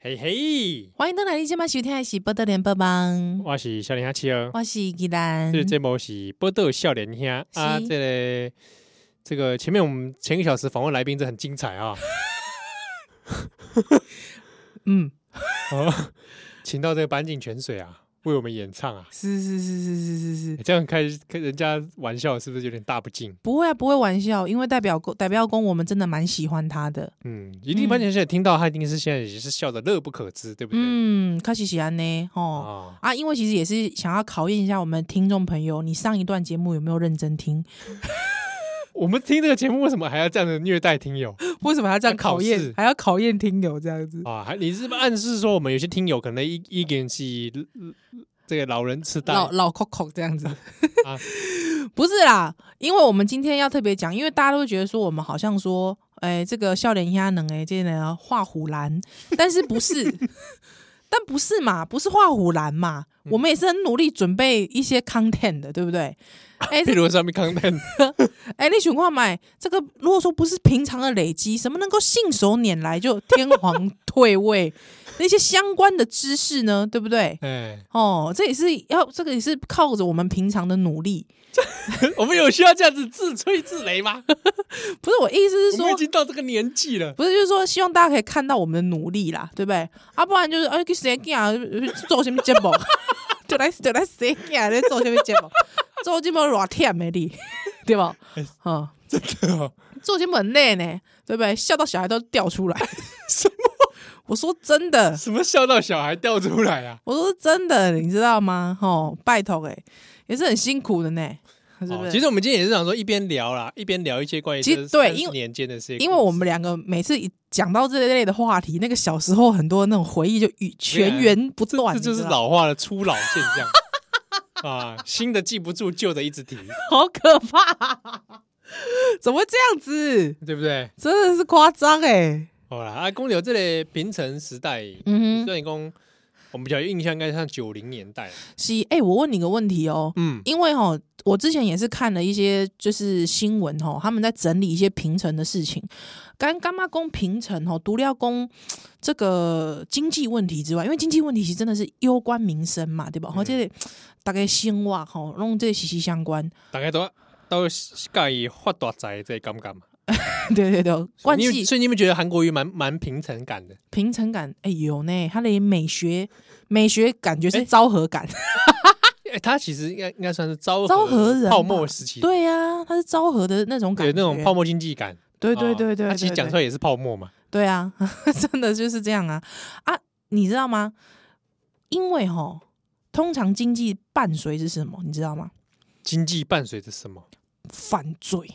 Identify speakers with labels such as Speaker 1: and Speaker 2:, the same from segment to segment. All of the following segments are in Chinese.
Speaker 1: 嘿嘿，
Speaker 2: 欢迎登来，你今晚收听的是《波多连播帮》，
Speaker 1: 我是少年兄七儿，
Speaker 2: 我是依兰。
Speaker 1: 这这波是波豆笑脸兄啊，
Speaker 2: 是
Speaker 1: 这个这个前面我们前一个小时访问来宾，这很精彩啊，
Speaker 2: 嗯，
Speaker 1: 啊请到这个板井泉水啊，为我们演唱啊，
Speaker 2: 是是是是是是是，
Speaker 1: 欸这样开开人家玩笑是不是有点大不敬？
Speaker 2: 不会啊，不会玩笑，因为代表公代表公我们真的蛮喜欢他的。
Speaker 1: 嗯，一定板井泉水听到他一定是现在也是笑得乐不可支，对不对？
Speaker 2: 嗯，开始喜欢呢，哦。
Speaker 1: 啊，
Speaker 2: 啊，因为其实也是想要考验一下我们听众朋友，你上一段节目有没有认真听？
Speaker 1: 我们听这个节目为什么还要这样的虐待听友？
Speaker 2: 为什么还要这
Speaker 1: 要
Speaker 2: 样
Speaker 1: 考
Speaker 2: 考验
Speaker 1: 试，
Speaker 2: 还要考验听友这样子？
Speaker 1: 啊，还你是不是暗示说我们有些听友可能一一点是呃这个老人痴呆
Speaker 2: 老老 Coco 这样子。 不是啦，因为我们今天要特别讲，因为大家都会觉得说我们好像说，哎、这个笑脸鸭能哎，这个人画虎兰，但是不是？ 但不是嘛，不是画虎兰嘛，我们也是很努力准备一些 content 的，对不对？ 哎、
Speaker 1: 譬
Speaker 2: 这
Speaker 1: 如上面康蛋
Speaker 2: 哎、你喜欢买这个？如果说不是平常的累积，什么能够信手拈来就天皇退位那些相关的知识呢？对不对？
Speaker 1: 哎，
Speaker 2: 哦，这也是要，这个也是靠着我们平常的努力。
Speaker 1: 我们有需要这样子自吹自擂吗？
Speaker 2: 不是我意思
Speaker 1: 我
Speaker 2: 是说
Speaker 1: 们已，经到这个年纪了，
Speaker 2: 不是，就是说，希望大家可以看到我们的努力啦，对不对？啊，不然就是哎，给谁干做什么节目？ 就来就来谁干在做什么节目？做节目偌忝的你， 对吧？
Speaker 1: 哎
Speaker 2: 嗯，
Speaker 1: 哦
Speaker 2: 做节目很累呢，对不对？笑到小孩都掉出来。
Speaker 1: 什
Speaker 2: 么？我说真的，
Speaker 1: 什么笑到小孩掉出来啊？
Speaker 2: 我说真的，你知道吗？吼，拜托哎、也是很辛苦的呢，是不
Speaker 1: 哦
Speaker 2: 是？
Speaker 1: 其实我们今天也是想说一边聊啦，一边聊一些关于
Speaker 2: 其
Speaker 1: 这
Speaker 2: 实对
Speaker 1: 30
Speaker 2: 因为
Speaker 1: 年间的事情，
Speaker 2: 因为我们两个每次一讲到这一类的话题，那个小时候很多那种回忆就与全源不断，
Speaker 1: 啊这就是
Speaker 2: 你知道吗
Speaker 1: 老化的初老现象 啊，新的记不住，旧的一直提，
Speaker 2: 好可怕、 怎么会这样子？
Speaker 1: 对不对？
Speaker 2: 真的是夸张哎！
Speaker 1: 好啦，啊，公牛这类平成时代，
Speaker 2: 嗯哼，
Speaker 1: 虽然讲我们比较有印象应该像九零年代，
Speaker 2: 是哎、我问你个问题哦，
Speaker 1: 嗯，
Speaker 2: 因为哈、我之前也是看了一些就是新闻哈、他们在整理一些平城的事情。干干妈宫平城哈、独料宫这个经济问题之外，因为经济问题其实真的是攸关民生嘛，对吧？
Speaker 1: 嗯
Speaker 2: 而且、大概兴旺哈，弄这息息相关。
Speaker 1: 大概都都介意发大财这感觉嘛。
Speaker 2: 对对对，关
Speaker 1: 你有
Speaker 2: 系
Speaker 1: 所以你们觉得韩国瑜蛮蛮平层感的，
Speaker 2: 平层感，哎、有呢，他的美学美学感觉
Speaker 1: 哎
Speaker 2: 是昭和感，
Speaker 1: 哎、他其实应该应该算是昭和
Speaker 2: 昭和人吧
Speaker 1: 泡沫时期，
Speaker 2: 对呀、他是昭和的那种感
Speaker 1: 对
Speaker 2: 觉，
Speaker 1: 那种泡沫经济感，
Speaker 2: 对对
Speaker 1: 啊
Speaker 2: 对对，
Speaker 1: 他其实
Speaker 2: 对
Speaker 1: 讲
Speaker 2: 对
Speaker 1: 出来也是泡沫嘛，
Speaker 2: 对啊， 真的就是这样啊啊！你知道吗？因为哈，通常经济伴随是什么？你知道吗？
Speaker 1: 经济伴随着什么？
Speaker 2: 犯罪。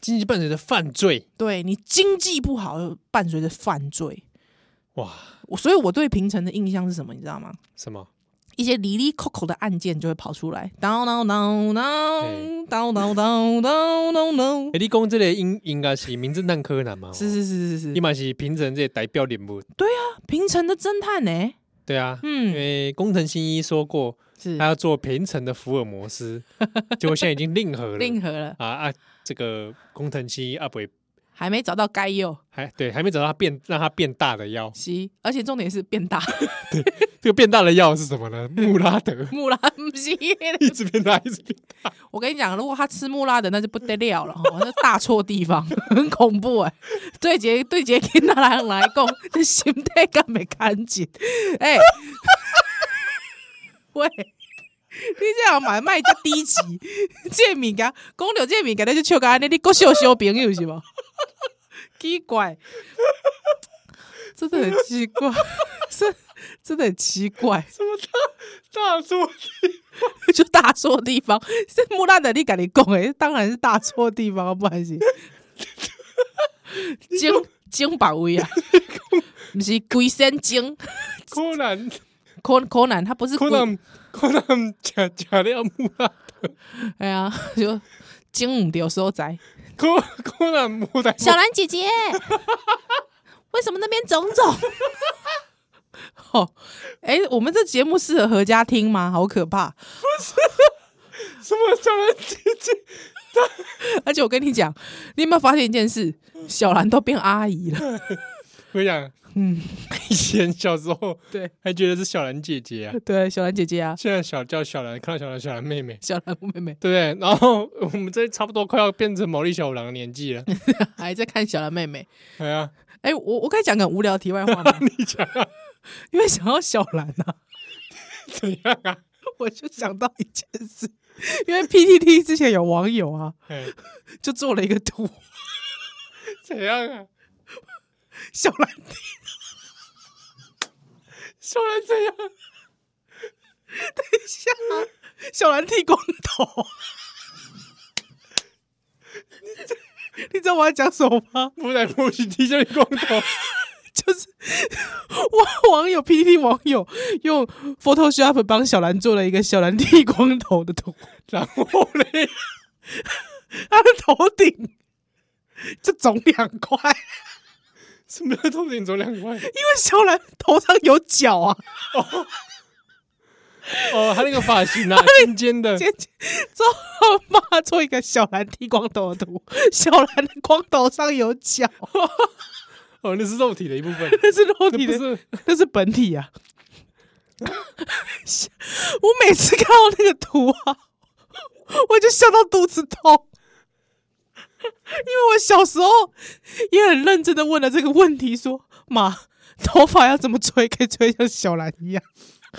Speaker 1: 经济伴随着犯罪，
Speaker 2: 对你经济不好，伴随着犯罪。
Speaker 1: 哇，
Speaker 2: 我所以，我对平城的印象是什么？你知道吗？
Speaker 1: 什么？
Speaker 2: 一些离离扣扣的案件就会跑出来，当当当
Speaker 1: 哎
Speaker 2: 当当当当当当当
Speaker 1: 哎、，你讲这个应应该是名侦探柯南嘛？哦
Speaker 2: 是，是是是
Speaker 1: 你
Speaker 2: 是，
Speaker 1: 嘛是平成这个代表人物，
Speaker 2: 平城的侦探呢、
Speaker 1: 对啊。因
Speaker 2: 嗯，
Speaker 1: 为工藤新一说过，
Speaker 2: 是
Speaker 1: 他要做平成的福尔摩斯，结果现在已经令和了。
Speaker 2: 令和了，
Speaker 1: 啊啊，这个工藤新一阿北
Speaker 2: 还没找到该有，
Speaker 1: 还对，还没找到它变让它变大的药。
Speaker 2: 是，而且重点是变大，
Speaker 1: 这个变大的药是什么呢？穆拉德
Speaker 2: 木兰不是
Speaker 1: 一直变大，一直变大。
Speaker 2: 我跟你讲，如果他吃木拉的，那就不得了了，吼那大错地方， 很恐怖哎、对杰对杰跟他来来讲，这心态干没干净？哎、 喂，你这样买卖叫低级， 这物件讲到这物件，你就笑个安尼，你够笑小朋友是吗？ 奇怪，真的很奇怪， 真真的很奇怪。
Speaker 1: 什么大大错？
Speaker 2: 就大错地方。 是穆拉德利跟你讲诶，当然是大错地方，不 然是精精把 位啊，不是龟仙精
Speaker 1: 柯南，
Speaker 2: 柯柯南，他不是
Speaker 1: 柯
Speaker 2: 龟
Speaker 1: 南，柯南假假料穆拉，
Speaker 2: 哎呀，就精唔掉所在。
Speaker 1: 柯柯南穆拉。
Speaker 2: 小兰 姐姐，为什么那边肿肿？ 哦，哎、我们这节目适合合家听吗？好可怕！
Speaker 1: 什么小兰姐姐？
Speaker 2: 而且我跟你讲，你有没有发现一件事？小兰都变阿姨了。
Speaker 1: 我想
Speaker 2: 嗯，
Speaker 1: 以前小时候
Speaker 2: 对
Speaker 1: 还觉得是小兰姐姐啊，
Speaker 2: 对，小兰姐姐啊，
Speaker 1: 现在小叫小兰，看到小兰小兰妹妹，
Speaker 2: 小兰妹妹
Speaker 1: 对不对？然后我们这差不多快要变成毛利小五郎的年纪 了，
Speaker 2: 还在看小兰妹妹。
Speaker 1: 哎呀，
Speaker 2: 哎、我我该讲个很无聊的题外话吗？
Speaker 1: 你讲啊
Speaker 2: 因为想到小兰啊，
Speaker 1: 怎样啊？
Speaker 2: 我就想到一件事，因为 PTT 之前有网友啊，
Speaker 1: 哎，
Speaker 2: 就做了一个图，
Speaker 1: 怎样啊？
Speaker 2: 小兰
Speaker 1: 小兰怎样？
Speaker 2: 下，小兰剃光头。 你知道我要讲什么吗？
Speaker 1: 不来不去剃掉你光头，
Speaker 2: 就是网网友 PPT 网友用 Photoshop 帮小兰做了一个小兰剃光头的图，
Speaker 1: 然后嘞，
Speaker 2: 她的头顶就肿两块，因
Speaker 1: 什么叫头顶走两块？
Speaker 2: 为小兰头上有角啊，
Speaker 1: 哦，他那个发 型啊，尖尖的，
Speaker 2: 尖尖之后帮她做一个小兰剃光头的图，小兰的光头上有角，
Speaker 1: 哦，那是肉体的一部 分，
Speaker 2: 那是肉
Speaker 1: 那
Speaker 2: 体
Speaker 1: 不
Speaker 2: 的
Speaker 1: 是
Speaker 2: 那是本体啊！我每次看到那个图啊，我就笑到肚子痛，因为我小时候也很认真的问了这个问题说妈，头发要怎么吹，可以吹像小兰一样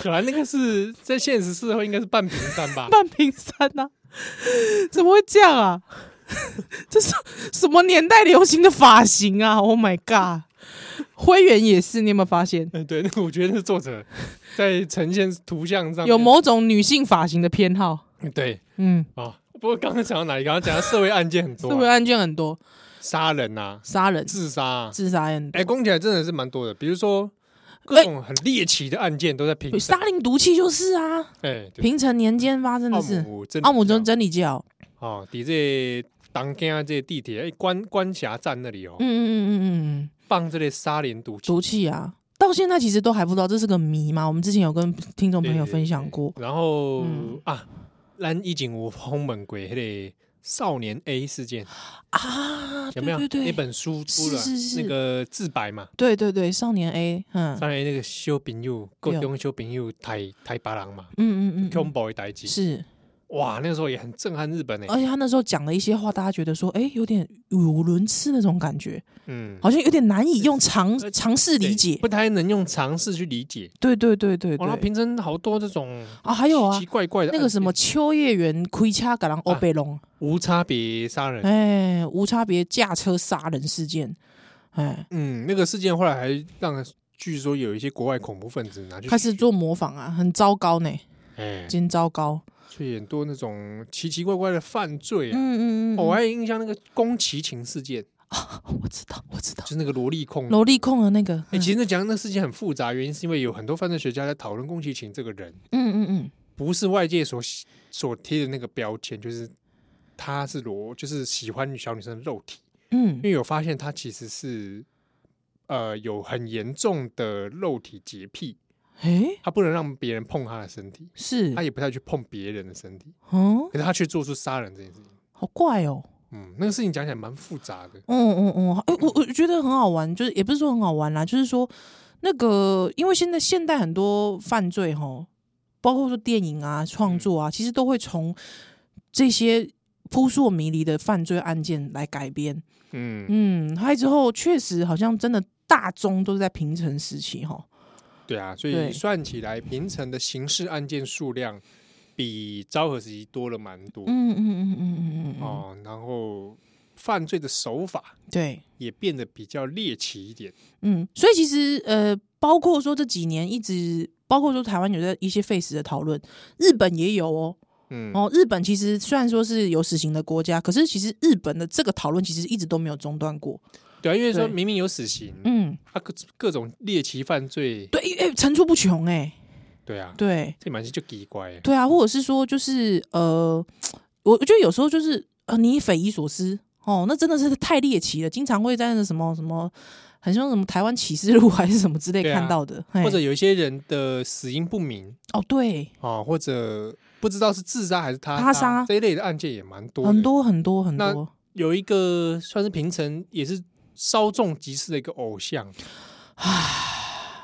Speaker 1: 小兰那个是在现实社会应该是半平山 吧？
Speaker 2: 半平山呐、怎么会这样啊？这是什么年代流行的发型啊？Oh my god！灰原也是，你有没有发现
Speaker 1: 嗯，对，那个我觉得是作者在呈现图像上
Speaker 2: 有
Speaker 1: 面
Speaker 2: 某种女性发型的偏好？
Speaker 1: 对
Speaker 2: 嗯。
Speaker 1: 啊、哦。不过刚刚讲到哪里？刚刚讲到社会案件很多、
Speaker 2: 社会
Speaker 1: 啊，
Speaker 2: 案件很多，
Speaker 1: 杀人啊，
Speaker 2: 杀人、
Speaker 1: 自杀、啊，
Speaker 2: 自杀也很多，
Speaker 1: 哎、讲起来真的是蛮多的。比如说各种很猎奇的案件都在平
Speaker 2: 哎有
Speaker 1: 山
Speaker 2: 沙，林毒气就是啊，
Speaker 1: 哎、对
Speaker 2: 平成年间发生的事。
Speaker 1: 姆真
Speaker 2: 奥姆真真理教，
Speaker 1: 哦，伫这东京啊，这地铁哎关关峡站那里哦，
Speaker 2: 嗯嗯嗯嗯嗯，
Speaker 1: 放这类沙林毒气，
Speaker 2: 毒气啊，到现在其实都还不知道这是个谜嘛。我们之前有跟听众朋友分享过，
Speaker 1: 然后、
Speaker 2: 嗯
Speaker 1: 啊，咱以前有轰门鬼迄个少年 A 事件，
Speaker 2: 啊，
Speaker 1: 有没有？
Speaker 2: 对对
Speaker 1: 那
Speaker 2: 对，
Speaker 1: 本书出了，
Speaker 2: 是是是
Speaker 1: 那个自白嘛，
Speaker 2: 对对对，少年 A，嗯
Speaker 1: 当然那个小朋友，各
Speaker 2: 对
Speaker 1: 种小朋友台台巴人嘛，
Speaker 2: 嗯嗯嗯
Speaker 1: 恐
Speaker 2: 嗯，
Speaker 1: 怖的代志，
Speaker 2: 是，
Speaker 1: 哇，那个时候也很震撼日本欸诶、
Speaker 2: 而且他那时候讲了一些话，大家觉得说，哎，有点语无伦次那种感觉，
Speaker 1: 嗯，
Speaker 2: 好像有点难以用常
Speaker 1: 而且
Speaker 2: 尝试理解
Speaker 1: 对。不太能用常识去理解。
Speaker 2: 对对对对
Speaker 1: 哇，那
Speaker 2: 对，
Speaker 1: 平成好多这种
Speaker 2: 啊，还有啊
Speaker 1: 奇，奇怪怪的
Speaker 2: 那个
Speaker 1: 案
Speaker 2: 什么
Speaker 1: 件
Speaker 2: 秋叶原盔掐嘎郎欧贝
Speaker 1: 啊
Speaker 2: 龙，
Speaker 1: 无差别杀人，
Speaker 2: 哎，无差别驾车杀人事件，哎，
Speaker 1: 嗯，那个事件后来还让人据说有一些国外恐怖分子拿去
Speaker 2: 开始做模仿啊，很糟糕呢，
Speaker 1: 哎，
Speaker 2: 真糟糕。
Speaker 1: 所以很多那种奇奇怪怪的犯罪啊。
Speaker 2: 嗯嗯嗯，嗯
Speaker 1: 哦我还有印象那个宫崎勤事件，
Speaker 2: 我知道，我知道
Speaker 1: 就，是那个萝莉控。
Speaker 2: 萝莉控的那个，
Speaker 1: 哎，
Speaker 2: 嗯
Speaker 1: 其实那讲那个事情很复杂，原因是因为有很多犯罪学家在讨论宫崎勤这个人，
Speaker 2: 嗯嗯
Speaker 1: 不是外界所喜所贴的那个标签，就是他是罗，就是喜欢小女生的肉体，
Speaker 2: 嗯
Speaker 1: 因
Speaker 2: 嗯，
Speaker 1: 为有发现他其实是呃有很严重的肉体洁癖，
Speaker 2: 哎，
Speaker 1: 他不能让别人碰他的身体，
Speaker 2: 是
Speaker 1: 他，也不太去碰别人的身体，
Speaker 2: 嗯，
Speaker 1: 可是他却做出杀人这件事情。
Speaker 2: 好怪哦。
Speaker 1: 嗯，那个事情讲起来蛮复杂的。
Speaker 2: 嗯嗯嗯，哎、我我觉得很好玩，就是也不是说很好玩啦，就是说那个，因为现在现代很多犯罪哈，包括说电影啊、创作啊，其实都会从这些扑朔迷离的犯罪案件来改编。
Speaker 1: 嗯，
Speaker 2: 嗯，还之后确实好像真的大宗都是在平成时期哈。
Speaker 1: 对啊，所
Speaker 2: 对
Speaker 1: 以算起来，平城的刑事案件数量比昭和时期多了蛮多、
Speaker 2: 嗯嗯嗯嗯嗯嗯嗯，
Speaker 1: 哦，然后犯罪的手法
Speaker 2: 对，
Speaker 1: 也变得比较猎奇一点。
Speaker 2: 嗯，所以其实呃，包括说这几年一直，包括说台湾有在一些 face 的讨论，日本也有哦。
Speaker 1: 嗯，
Speaker 2: 哦，日本其实虽然说是有死刑的国家，可是其实日本的这个讨论其实一直都没有中断过。
Speaker 1: 对啊，因为说
Speaker 2: 对
Speaker 1: 明明有死刑，
Speaker 2: 嗯，
Speaker 1: 他各各种猎奇犯罪，
Speaker 2: 对，哎、诶层出不穷哎、
Speaker 1: 对啊，
Speaker 2: 对
Speaker 1: 这蛮是就奇怪的。
Speaker 2: 对啊，或者是说就是呃，我我觉得有时候就是呃，你匪夷所思哦，那真的是太猎奇了，经常会在那什么什么，很像什么台湾启示录还是什么之类
Speaker 1: 对啊
Speaker 2: 看到的，嘿
Speaker 1: 或者有一些人的死因不明
Speaker 2: 哦对，
Speaker 1: 啊，或者不知道是自杀还是他
Speaker 2: 他杀
Speaker 1: 这一类的案件也蛮多的，
Speaker 2: 很多很多很
Speaker 1: 那
Speaker 2: 多
Speaker 1: 有一个算是平成也是稍纵即逝的一个偶像，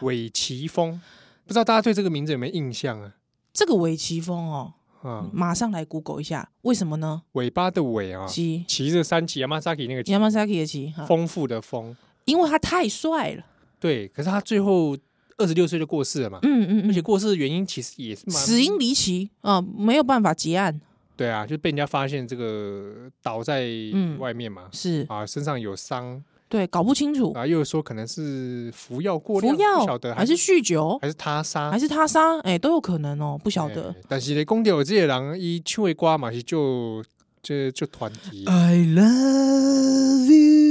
Speaker 1: 尾崎峰，不知道大家对这个名字有没有印象啊？
Speaker 2: 这个尾崎峰哦，
Speaker 1: 啊，
Speaker 2: 马上来 Google 一下，为什么呢？
Speaker 1: 尾巴的尾啊，
Speaker 2: 鸡
Speaker 1: 骑着三骑 Yamazaki 那个骑
Speaker 2: Yamasaki 的鸡，哈
Speaker 1: 丰富的丰，
Speaker 2: 因为他太帅了。
Speaker 1: 对，可是他最后二十六岁就过世了嘛，
Speaker 2: 嗯嗯
Speaker 1: 而且
Speaker 2: 嗯，
Speaker 1: 过世的原因其实也是蛮
Speaker 2: 死因离奇啊、没有办法结案。
Speaker 1: 对啊，就被人家发现这个倒在
Speaker 2: 嗯
Speaker 1: 外面嘛，
Speaker 2: 是
Speaker 1: 啊，身上有伤，
Speaker 2: 对，搞不清楚
Speaker 1: 啊，又说可能是服药过量，
Speaker 2: 服
Speaker 1: 不
Speaker 2: 药
Speaker 1: 晓得
Speaker 2: 还是酗酒，
Speaker 1: 还是他杀，
Speaker 2: 还
Speaker 1: 是
Speaker 2: 是他杀，哎、都有可能哦，不晓得。
Speaker 1: 但是咧，讲到这个人，伊唱的歌嘛是就就就团体，哎、
Speaker 2: I love you。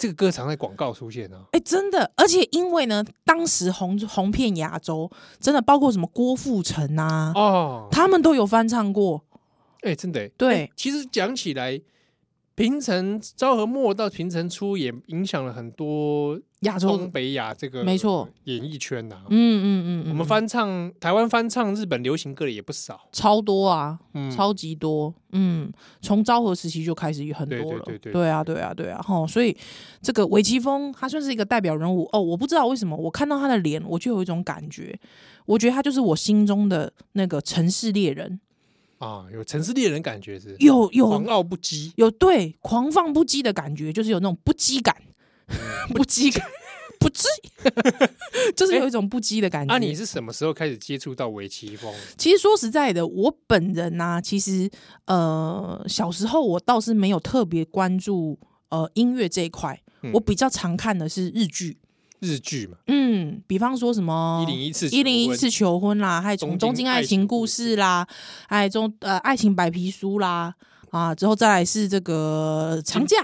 Speaker 1: 这个歌常在广告出现啊，
Speaker 2: 哎、真的，而且因为呢，当时红红遍亚洲，真的包括什么郭富城啊，
Speaker 1: 哦，
Speaker 2: 他们都有翻唱过。
Speaker 1: 哎、真的、欸，
Speaker 2: 对
Speaker 1: 哎其实讲起来，平成昭和末到平成初也影响了很多
Speaker 2: 亚洲，
Speaker 1: 东北亚这个
Speaker 2: 没错
Speaker 1: 演艺圈呐、啊。
Speaker 2: 嗯嗯嗯嗯，
Speaker 1: 我们翻唱台湾翻唱日本流行歌的也不少，
Speaker 2: 超多啊，
Speaker 1: 嗯，
Speaker 2: 超级多，嗯，从昭和时期就开始有很多
Speaker 1: 对
Speaker 2: 了，
Speaker 1: 对对对
Speaker 2: 啊，对啊，对啊，吼，所以这个韦奇峰他算是一个代表人物哦，我不知道为什么我看到他的脸，我就有一种感觉，我觉得他就是我心中的那个城市猎人，
Speaker 1: 啊，有城市猎人感觉是
Speaker 2: 有有
Speaker 1: 狂傲不羁，
Speaker 2: 有对狂放不羁的感觉，就是有那种不羁感， 不羁 感。不羁，就是有一种不羁的感觉。
Speaker 1: 啊，你是什么时候开始接触到围棋风？
Speaker 2: 其实说实在的，我本人呐、其实呃，小时候我倒是没有特别关注呃音乐这一块，
Speaker 1: 嗯
Speaker 2: 我比较常看的是日剧，
Speaker 1: 日剧嘛，
Speaker 2: 嗯，比方说什么
Speaker 1: 一零一次
Speaker 2: 一零一
Speaker 1: 求婚
Speaker 2: 次求婚啦，还有从
Speaker 1: 东京
Speaker 2: 东京
Speaker 1: 爱
Speaker 2: 爱
Speaker 1: 情
Speaker 2: 情
Speaker 1: 故
Speaker 2: 故
Speaker 1: 事
Speaker 2: 事啦，还有中呃爱情白皮书啦。啊，之后再来是这个长假，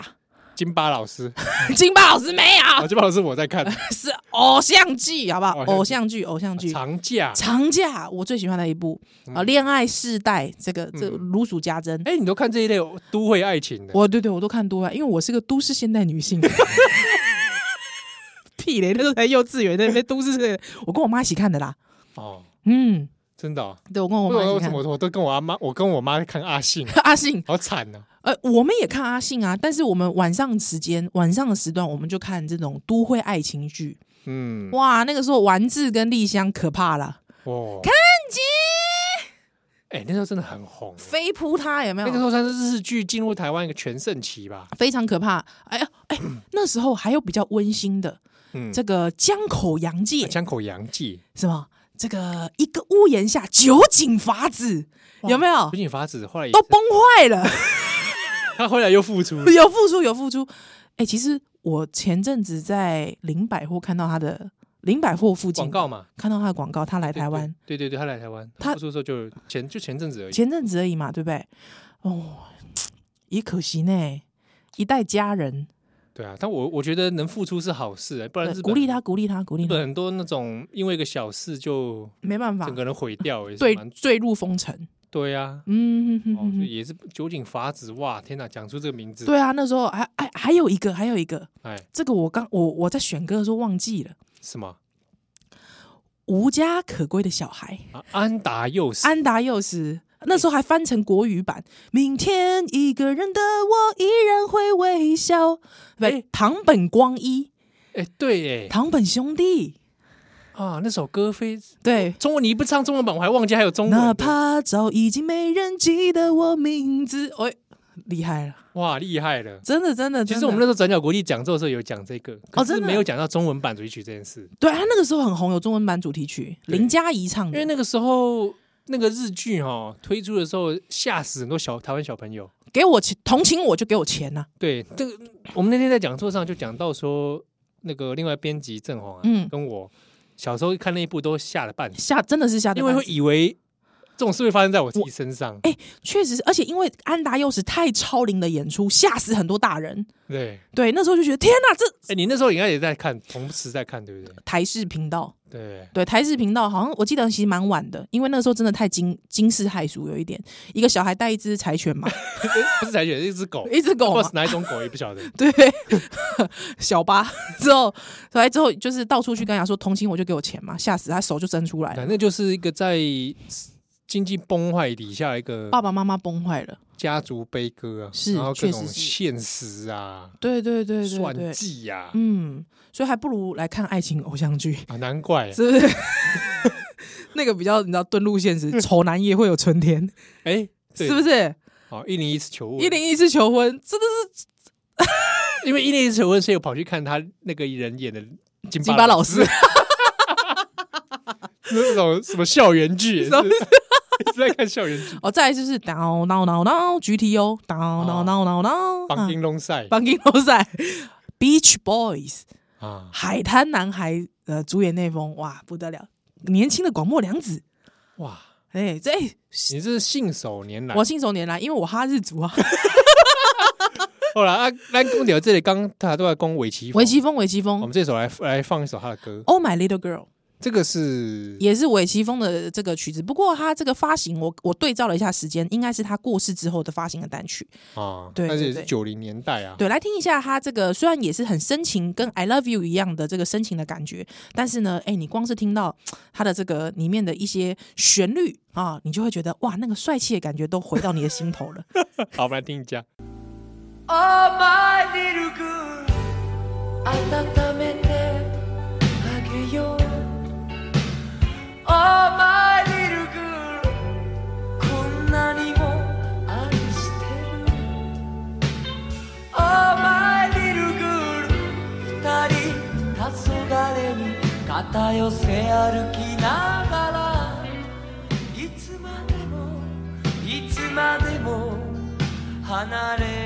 Speaker 1: 金巴老师，
Speaker 2: 金巴老师没
Speaker 1: 啊，
Speaker 2: 有，
Speaker 1: 金巴老师我在 看
Speaker 2: 是偶像剧，好不好？
Speaker 1: 偶
Speaker 2: 偶
Speaker 1: 像啊
Speaker 2: 像剧，偶像剧，
Speaker 1: 长假，
Speaker 2: 长假我最喜欢的一部啊，《恋爱世代》这个这个
Speaker 1: 嗯
Speaker 2: 如数家珍，
Speaker 1: 哎，你都看这一类都会爱情的，
Speaker 2: 我对对，我都看多了，因为我是个都市现代女性。 屁嘞，那时候才幼稚园，那那都市是，我跟我妈一起看的啦。
Speaker 1: 哦，
Speaker 2: 嗯，
Speaker 1: 真的哦，
Speaker 2: 对，我跟我
Speaker 1: 我
Speaker 2: 妈一
Speaker 1: 我
Speaker 2: 起看。
Speaker 1: 我我都跟我阿妈，我跟我妈看阿信，
Speaker 2: 阿信，
Speaker 1: 好惨哦呐，
Speaker 2: 呃，我们也看阿信啊，但是我们晚上时间，晚上的时段，我们就看这种都会爱情剧。
Speaker 1: 嗯，
Speaker 2: 哇，那个时候丸子跟丽香可怕了，
Speaker 1: 哦，看姐，哎，那时候真的很红，欸
Speaker 2: 飞扑他有没
Speaker 1: 那
Speaker 2: 有？
Speaker 1: 个时候算是日剧进入台湾一个全盛期吧，
Speaker 2: 非常可怕。哎呀，哎，那时候还有比较温馨的，
Speaker 1: 嗯，
Speaker 2: 这个江口洋介，
Speaker 1: 江口洋介，
Speaker 2: 什么？这个一个屋檐下酒井法子有没有
Speaker 1: 不？仅法子后来也
Speaker 2: 哦都崩坏了，
Speaker 1: 他后来又复出了，
Speaker 2: 有付出有付出。哎、其实我前阵子在林百货看到他的林百货附
Speaker 1: 广
Speaker 2: 近
Speaker 1: 告嘛，
Speaker 2: 看到他的广告，他来
Speaker 1: 对
Speaker 2: 台湾，，
Speaker 1: 对对对，他来台湾，
Speaker 2: 他
Speaker 1: 复出的时候就前就前阵子而已，
Speaker 2: 前阵子而已嘛，对不对？哦，也可惜呢，一代佳人，
Speaker 1: 对啊，但我我觉得能付出是好事、欸，不然
Speaker 2: 对
Speaker 1: 日本
Speaker 2: 鼓励他，鼓励他，鼓励
Speaker 1: 日
Speaker 2: 他
Speaker 1: 本，很多那种因为一个小事就
Speaker 2: 没办法
Speaker 1: 整，个人毁掉、也是
Speaker 2: 坠
Speaker 1: 蛮
Speaker 2: 坠入风尘。
Speaker 1: 对啊，
Speaker 2: 嗯，哼哼
Speaker 1: 哦，
Speaker 2: 哼
Speaker 1: 所
Speaker 2: 哼
Speaker 1: 以也是酒井法子，哇，天哪，讲出这个名字，
Speaker 2: 对啊，那时候还还还有一个，还有一个，
Speaker 1: 哎，
Speaker 2: 这个我刚我我在选歌的时候忘记了。
Speaker 1: 什么
Speaker 2: 无家可归的小孩，
Speaker 1: 啊？安达佑史，
Speaker 2: 安达幼时那时候还翻成国语版。明天一个人的我依然会微笑。不
Speaker 1: 哎
Speaker 2: 对，唐本光一，
Speaker 1: 哎、对、哎，
Speaker 2: 唐本兄弟，
Speaker 1: 啊，那首歌非
Speaker 2: 对。
Speaker 1: 中文，你不唱中文版，我还忘记还有中文的，
Speaker 2: 哪怕早已经没人记得我名字，哎，厉害了，
Speaker 1: 哇，厉害了。
Speaker 2: 真的真的。
Speaker 1: 其实
Speaker 2: 真的
Speaker 1: 我们那时候转角国际讲座的时候有讲这个，可是
Speaker 2: 真的啊
Speaker 1: 没有讲到中文版主题曲这件事，
Speaker 2: 对啊他那个时候很红，有中文版主题曲，
Speaker 1: 对
Speaker 2: 林嘉怡唱
Speaker 1: 因为
Speaker 2: 的，
Speaker 1: 那个时候那个日剧哦推出的时候吓死很多小台湾小朋友。
Speaker 2: 给我钱，同情我就给我钱啊呐、
Speaker 1: 对，这个我们那天在讲座上就讲到说，那个另外编辑郑红啊，
Speaker 2: 嗯
Speaker 1: 跟我小时候看那一部都吓了半死，
Speaker 2: 吓真的是吓得
Speaker 1: 因为
Speaker 2: 半
Speaker 1: 会
Speaker 2: 死
Speaker 1: 以为这种事会发生在我自己身上。
Speaker 2: 哎、确实是，而且因为安达幼时太超龄的演出，吓死很多大人。
Speaker 1: 对，哎、
Speaker 2: 对，那时候就觉得天哪，这
Speaker 1: 你那时候应该也在看，同时在看，对不对？
Speaker 2: 台视频道，
Speaker 1: 对，
Speaker 2: 对台视频道好像我记得其实蛮晚的，因为那时候真的太惊惊世骇俗，有一点一个小孩带一只柴犬嘛，
Speaker 1: 不是柴犬，是一只狗，
Speaker 2: 一只狗
Speaker 1: 不知道
Speaker 2: 嘛
Speaker 1: 是，哪一种狗也不晓 得。
Speaker 2: 对，小巴之后，回来之后就是到处去跟人家说同情我就给我钱嘛，吓死他手就伸出来了，
Speaker 1: 反正就是一个在经济崩坏底下一个
Speaker 2: 爸爸妈妈崩坏了，
Speaker 1: 家族悲歌啊，
Speaker 2: 哦是
Speaker 1: 然后各
Speaker 2: 确实
Speaker 1: 种
Speaker 2: 是
Speaker 1: 现实啊、
Speaker 2: 对对对对
Speaker 1: 算
Speaker 2: 对，
Speaker 1: 计呀、啊，啊
Speaker 2: 嗯，所以还不如来看爱情偶像剧，
Speaker 1: 难怪、
Speaker 2: 是不是？ 那个比较你知道遁入现 实，丑男也会有春天，
Speaker 1: 哎、对
Speaker 2: 是不？是？
Speaker 1: 好，一零一次求婚，啊
Speaker 2: 一零一次求婚真的是
Speaker 1: 因为一零一次求婚是有跑去看他那个人演的金
Speaker 2: 金巴
Speaker 1: 老
Speaker 2: 老师，
Speaker 1: 那种什么校园剧，
Speaker 2: 什么
Speaker 1: 是 一直在看校园 剧，
Speaker 2: 哦，再来就是当当当当 GTO，当当当当当
Speaker 1: 哦绑定龙赛
Speaker 2: 哦绑定都在 Beach Boys
Speaker 1: 啊，
Speaker 2: 海滩男孩呃主演那封哇不得了，年轻的广末凉子，
Speaker 1: 哇，
Speaker 2: 哎这哎
Speaker 1: 你这是信手拈来
Speaker 2: 我。信手拈来，因为我哈日族啊，
Speaker 1: 后来啊，咱公聊这里刚大家都在攻尾崎，
Speaker 2: 维基，风维基
Speaker 1: 我
Speaker 2: 风
Speaker 1: 们这首来来放一首他的歌，
Speaker 2: ，Oh My Little Girl
Speaker 1: 这个是
Speaker 2: 也是维基风的这个曲子，不过它这个发行我我对照了一下时间，应该是他过世之后的发行的单曲，
Speaker 1: 啊，
Speaker 2: 对
Speaker 1: 但是也
Speaker 2: 对
Speaker 1: 是
Speaker 2: 对
Speaker 1: 九零年代啊，
Speaker 2: 对，来听一下他这个，虽然也是很深情，跟 I Love You 一样的这个深情的感觉，但是呢，哎，你光是听到他的这个里面的一些旋律啊，你就会觉得哇，那个帅气的感觉都回到你的心头了。
Speaker 1: 好，我们来听一下。
Speaker 3: Oh my little girl 温めてあげよう Oh my little girl こんなにも愛してる Oh my little girl 二人黄昏に肩寄せ歩きながらいつまでもいつまでも離れ